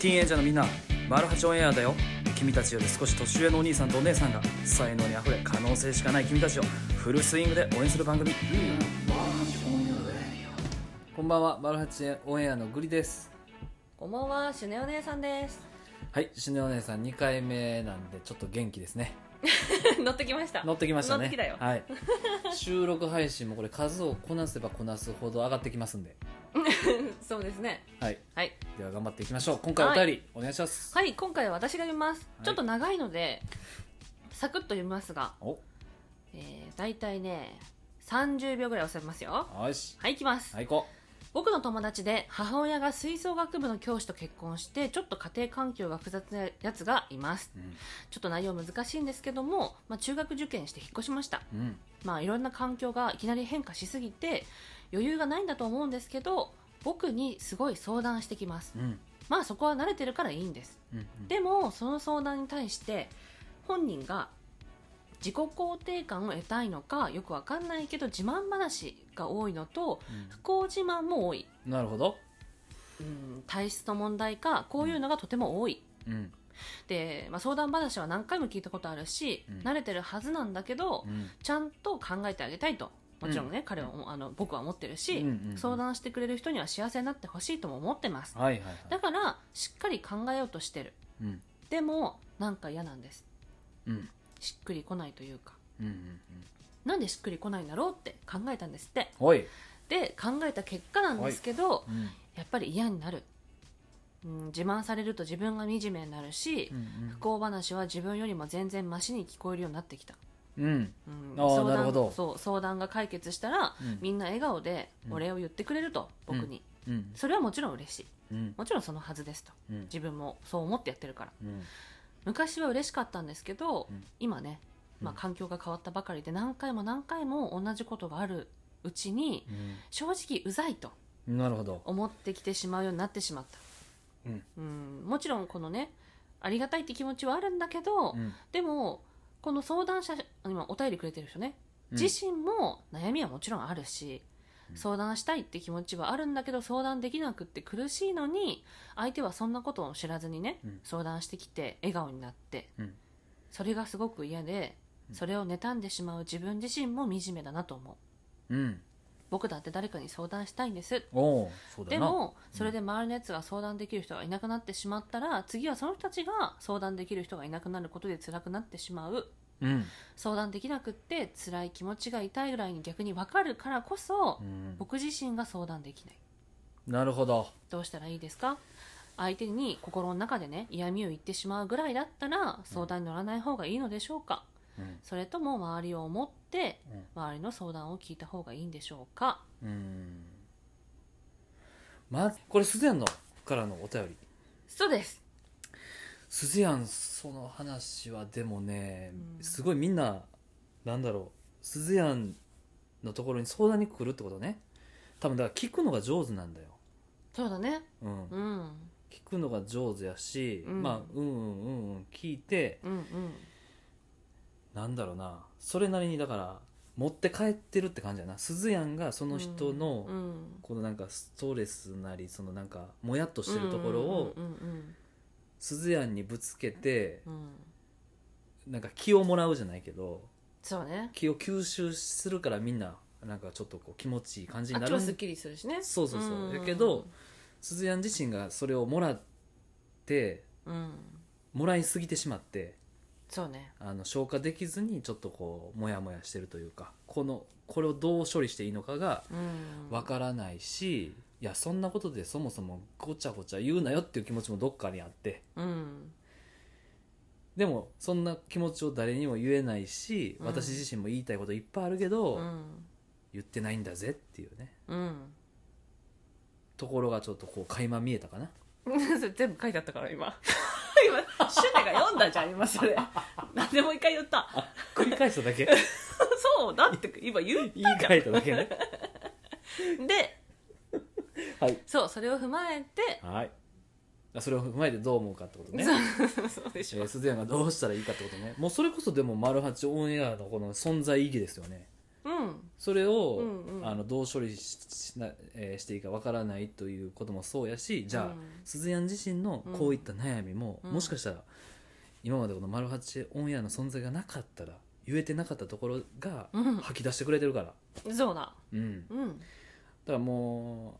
ティーンエイジャーのみんなマルハチオンエアだよ君たちより少し年上のお兄さんとお姉さんが才能にあふれ可能性しかない君たちをフルスイングで応援する番組こんばんは、マルハチオンエアのグリです。こんばんは、シュネお姉さんです。はい、しねお姉さん2回目なんで、ちょっと元気ですね。 乗ってきました。乗ってきましたね。乗ってきたよ。はい。収録配信もこれ数をこなせばこなすほど上がってきますんで。 そうですね。はい。はい。では頑張っていきましょう。今回お便り、お願いします。はい、今回は私が読みます。はいちょっと長いので、サクッと読みますが、お、えー、大体ね、30秒ぐらい収めますよ。よし。はい、いきます。はい、行こ僕の友達で母親が吹奏楽部の教師と結婚してちょっと家庭環境が複雑なやつがいます、うんちょっと内容難しいんですけども、まあ、中学受験して引っ越しましたう。うん。まあ、いろんな環境がいきなり変化しすぎて余裕がないんだと思うんですけど僕にすごい相談してきますうん。まあそこは慣れてるからいいんですうん。でもその相談に対して本人が自己肯定感を得たいのかよくわかんないけど自慢話が多いのと不幸自慢も多い、うんなるほど。うん、体質の問題かこういうのがとても多いうん。で、まあ、相談話は何回も聞いたことあるし、うん慣れてるはずなんだけど、うん。ちゃんと考えてあげたいともちろんね、彼はあの僕は思ってるし、うんうんうん相談してくれる人には幸せになってほしいとも思ってますはいはいはい。だからしっかり考えようとしてるうん。でもなんか嫌なんですうん。しっくりこないというかうんうん。うん。なんでしっくりこないんだろうって考えたんですっておい。で考えた結果なんですけどうん。やっぱり嫌になる、うん、自慢されると自分が惨めになるし、うん不幸話は自分よりも全然マシに聞こえるようになってきた、うん。うん。うん、あー相談なるほどそう相談が解決したらうんみんな笑顔でうんお礼を言ってくれると、うん僕にうん。それはもちろん嬉しいうん。もちろんそのはずですとうん。自分もそう思ってやってるからうん。昔は嬉しかったんですけど、うん今ね、まあ、うん環境が変わったばかりで何回も何回も同じことがあるうちに正直うざいとうん。なるほど。思ってきてしまうようになってしまった、うんうんもちろんこのねありがたいって気持ちはあるんだけど、うん。でもこの相談者今お便りくれてる人ねうん自身も悩みはもちろんあるし、うん相談したいって気持ちはあるんだけど相談できなくって苦しいのに相手はそんなことを知らずにね、うん相談してきて笑顔になって、うんそれがすごく嫌でうんそれを妬んでしまう自分自身も惨めだなと思ううん。僕だって誰かに相談したいんですおお、そうだでな。もそれで周りのやつが相談できる人がいなくなってしまったら次はその人たちが相談できる人がいなくなることで辛くなってしまううん、相談できなくって辛い気持ちが痛いぐらいに逆に分かるからこそ、うん、僕自身が相談できないなるほど。どうしたらいいですか相手に心の中でね嫌味を言ってしまうぐらいだったら相談に乗らない方がいいのでしょうか、うん、それとも周りを思ってうん周りの相談を聞いた方がいいんでしょうかうん。まず、これスズヤンのからのお便り。そうですスズヤンその話はでもね、うんすごいみんななんだろう、スズヤンのところに相談に来るってことね。多分だから聞くのが上手なんだよ。そうだねうん。うん聞くのが上手やし、うんまあうんうんうんうん聞いてうんうんなんだろうなそれなりにだから持って帰ってるって感じやなスズヤンがその人の、うんこのなんかストレスなりそのなんかもやっとしてるところをうんうん鈴やんにぶつけてうんうんなんか気をもらうじゃないけどそうね気を吸収するからみんななんかちょっとこう気持ちいい感じあにな今る日すっきりするしねそうそうそううんやけど鈴やん自身がそれをもらってうんもらいすぎてしまってそうねあの消化できずにちょっとこうモヤモヤしてるというかこのこれをどう処理していいのかがうんわからないしいやそんなことでそもそもごちゃごちゃ言うなよっていう気持ちもどっかにあって。うんでもそんな気持ちを誰にも言えないし、うん私自身も言いたいこといっぱいあるけど、うん言ってないんだぜっていうねうん ところがちょっとこう垣間見えたかな それ全部書いてあったから今 今シュネが読んだじゃん今 それ何でも一回言った 繰り返しただけ そうだって今言う言い換えただけねではい、そうそれを踏まえて、はい、あそれを踏まえてどう思うかってことねそうそうでしえょー鈴谷がどうしたらいいかってことねもうそれこそでも「マルハチオンエア」のこの存在意義ですよねうんそれを、うんうんあのどう処理ししな、えーしていいかわからないということもそうやしじゃあ、うん鈴谷自身のこういった悩みも、うんもしかしたら今までこの「丸八オンエア」の存在がなかったら言えてなかったところがうん吐き出してくれてるから、そうだうん、だうんからも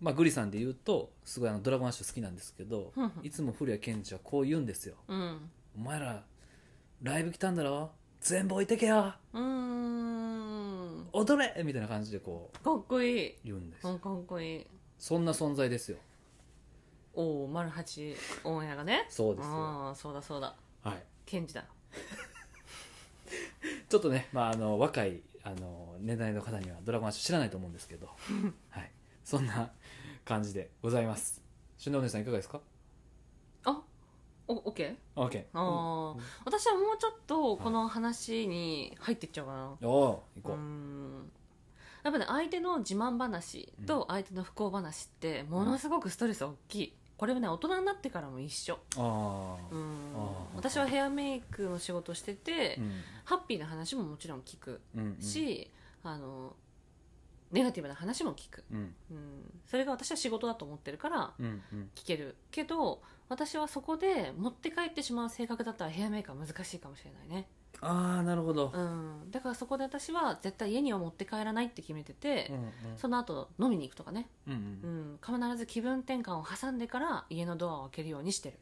う、まあ、グリさんで言うとすごいあのドラゴンアッシュ好きなんですけどふんふんいつも古谷健二はこう言うんですようん「お前らライブ来たんだろ全部置いてけようーん踊れ!」みたいな感じでこうかっこいい言うんです、うんかっこいいそんな存在ですよおお丸八オンエアがねそうですよああそうだそうだはいケンジだちょっとね、まあ、あの若いあの年代の方にはドラゴンアッシュ知らないと思うんですけ ど、はい、そんな感じでございますしのお姉さんいかがですかあおオッケー ?OK あー、私はもうちょっとこの話に入っていっちゃおうかな、おおう行うこーんやっぱね相手の自慢話と相手の不幸話ってものすごくストレス大きいこれはね大人になってからも一緒う、あうーあんあー私はヘアメイクの仕事してて、うんハッピーな話ももちろん聞くうんうんし、あのネガティブな話も聞く、うんうん、それが私は仕事だと思ってるからうんうん聞けるけど私はそこで持って帰ってしまう性格だったらヘアメイクは難しいかもしれないねああなるほど、うん、だからそこで私は絶対家には持って帰らないって決めててう、んうんその後飲みに行くとかね、うんううんん、必ず気分転換を挟んでから家のドアを開けるようにしてる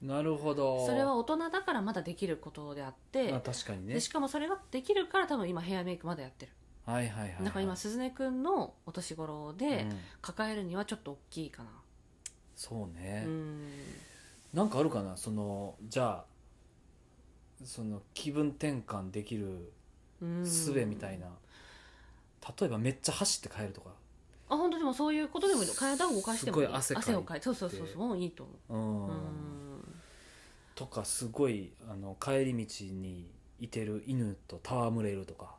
なるほどそれは大人だからまだできることであって、あ確かにねでしかもそれができるから多分今ヘアメイクまだやってる、はいはいはいはいだから今鈴音くんのお年頃うで、ん抱えるにはちょっと大きいかな、そうね、うんなんかあるかなそのじゃあその気分転換できるうん術みたいな、例えばめっちゃ走って帰るとかあ本当でもそういうことでもいいの体を動かしてもいいすごい汗かいてをかいてそうそうそうそうもういいと思うんう、うんとかすごいあの帰り道にいてる犬と戯れるとか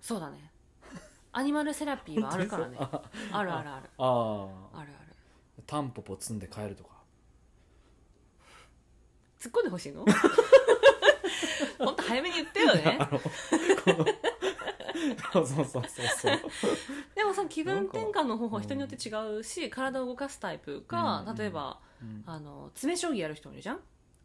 そうだねアニマルセラピーはあるからね ああるあるあるああるあるタンポポ摘んで帰るとか突っ込んでほ しいの本当早めに言ってよねあのこの そうそうそうそうでもその気分転換の方法は人によって違うし、体を動かすタイプか、うん例えばうんあの詰め将棋やる人もいるじゃん、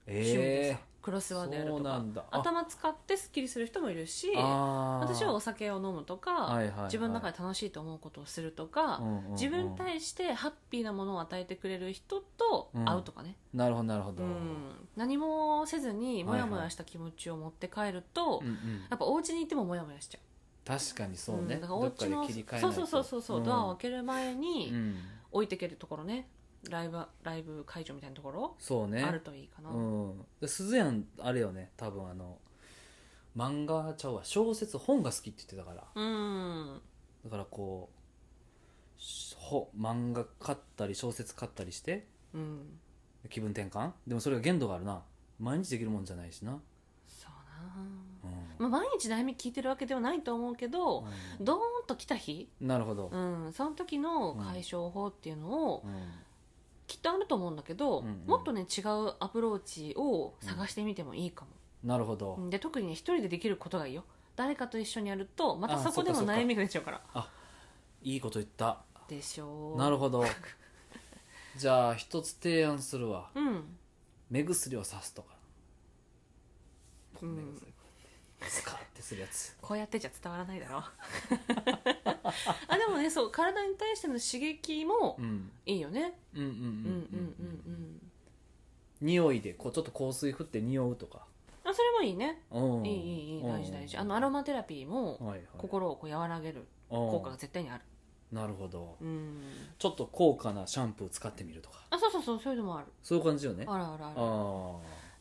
趣味でえさクロスーワードやるそとうなかんだあ頭使ってスッキリする人もいるしあー私はお酒を飲むとか、はいはいはい自分の中で楽しいと思うことをするとか、うんうんうん自分に対してハッピーなものを与えてくれる人と会うとかね、なるほどなるほど、うん、何もせずにはモいはヤいモヤした気持ちを持って帰ると、うんうんやっぱお家にいてもモヤモヤしちゃ確かにうそうね、んだからおどっ家かでの切り替えないそとうそうそうそうそう、んドアを開ける前にうん置いてけるところねライブライブ会場みたいなところ、そうねあるといいかな、うんで鈴やんあれよね多分あの漫画ちゃうわ小説本が好きって言ってたからうんだからこうしほ漫画買ったり小説買ったりしてうん気分転換でもそれは限度があるな毎日できるもんじゃないしな、そうなうんあ、まあ、毎日悩み聞いてるわけではないと思うけど、うんドーンと来た日、なるほど、うん、その時の解消法っていうのを、うんきっとあると思うんだけど、うんうんもっとね違うアプローチを探してみてもいいかも、なるほど、うんで特にね一人でできることがいいよ誰かと一緒にやるとまたあそこでもそっかそっか悩みが出ちゃうからいいこと言ったでしょうなるほどじゃあ一つ提案するわうん目薬をさすとか、うん目薬スカッてするやつこうやってじゃ伝わらないだろ あでもねそう体に対しての刺激もうんいいよね、うんうんうんうん、ううんうんんうん匂いでこうちょっと香水振って匂うとか、あそれもいいねうんいいいいいいうん大事大事あのアロマテラピーもはいはい、心をこう和らげる効効果が絶対にあるなるほどうんちょっと高価なシャンプー使ってみるとかあそうそうそうそういうのもあるそういう感じよねあらあらああらあ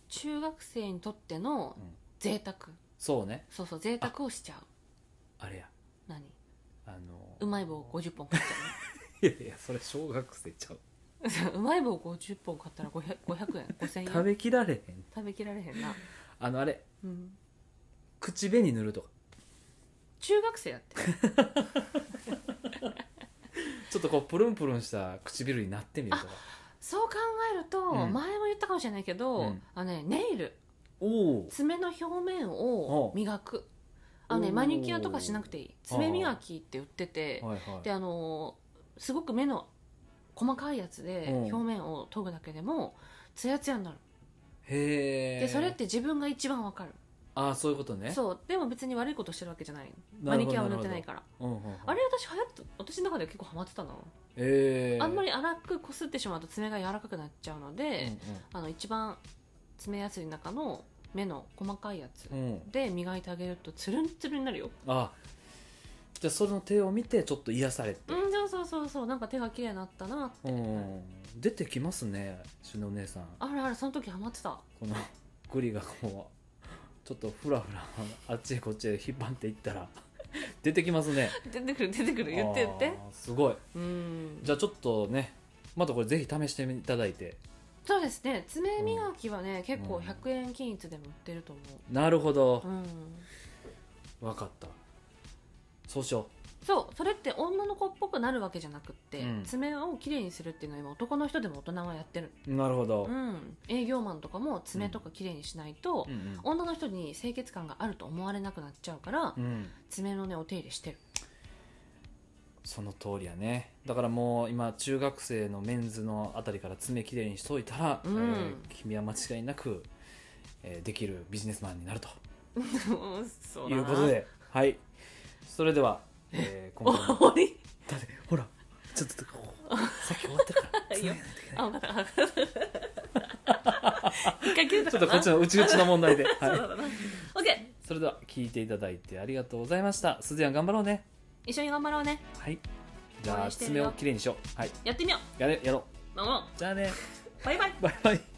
中学生にとってのうん贅沢、そうねそうそう贅沢をしちゃうあれや何あのうまい棒50本買っいやいやそれ小学生ちゃう ちゃううまい棒50本買ったら 500, 500円5000円食食べべきられへんきられへんな、あのあれうん、口紅塗るとか中学生やってちょっとこうプルンプルンした唇になってみるとかそう考えると、うん前も言ったかもしれないけど、うんあのね、ネイルおお爪の表面を磨くあのねおーマニキュアとかしなくていい爪磨きって売っててはいはいであのーすごく目の細かいやつでうん表面を研ぐだけでもツヤツヤになるへえでそれって自分が一番わかるああそういうことねそうでも別に悪いことしてるわけじゃないなマるニほキュどアも塗ってないからうんうんうんあれ私流行った私の中では結構ハマってたの、へえあんまり粗くこすってしまうと爪が柔らかくなっちゃうのうんで、あの一番爪やすい中の目の細かいやつうんうんで磨いてあげるとつるんつるになるよあじゃあその手を見てちょっと癒されてうんそうそうそうそうなんか手が綺麗になったなって、うん出てきますねしの姉さんあらあらその時ハマってたこのグリがこうちょっとフラフラあっちへこっちへ引っ張っていったら出てきますね出てくる出てくる 言って言ってあーすごいうんじゃあちょっとねまたこれぜひ試していただいてそうですね爪磨きはね、結構うん100円均一でも売ってると思なるほどう、うん分かったそうしよそうそれって女の子っぽくなるわけじゃなくって、うん爪をきれいにするっていうのは今男の人でも大人はやってる、うなるほど、うん、営業マンとかも爪とかきれいにしないと、うん女の人に清潔感があると思われなくなっちゃうから、うんうん爪のねお手入れ してるその通りやねだからもう今中学生のメンズのあたりから爪きれいにしといたら、うんえー君は間違いなく、えーできるビジネスマンになるとうんそうだいなうことではいそれでは、えー、今回の終わりだってほらちょっとこうさっき終わってるからいや繋がないといけないあ分かった分かった一回切れたちょかっとこっちのうちうちの問題 で、なはいそうだな OK それでは聞いていただいてありがとうございましたすずやん頑張ろうね一緒に頑張ろうねはいじゃ応あ援してる爪よをきれいにしようはいやってみよやれやろう守ろうじゃあねうバイバイバイバイ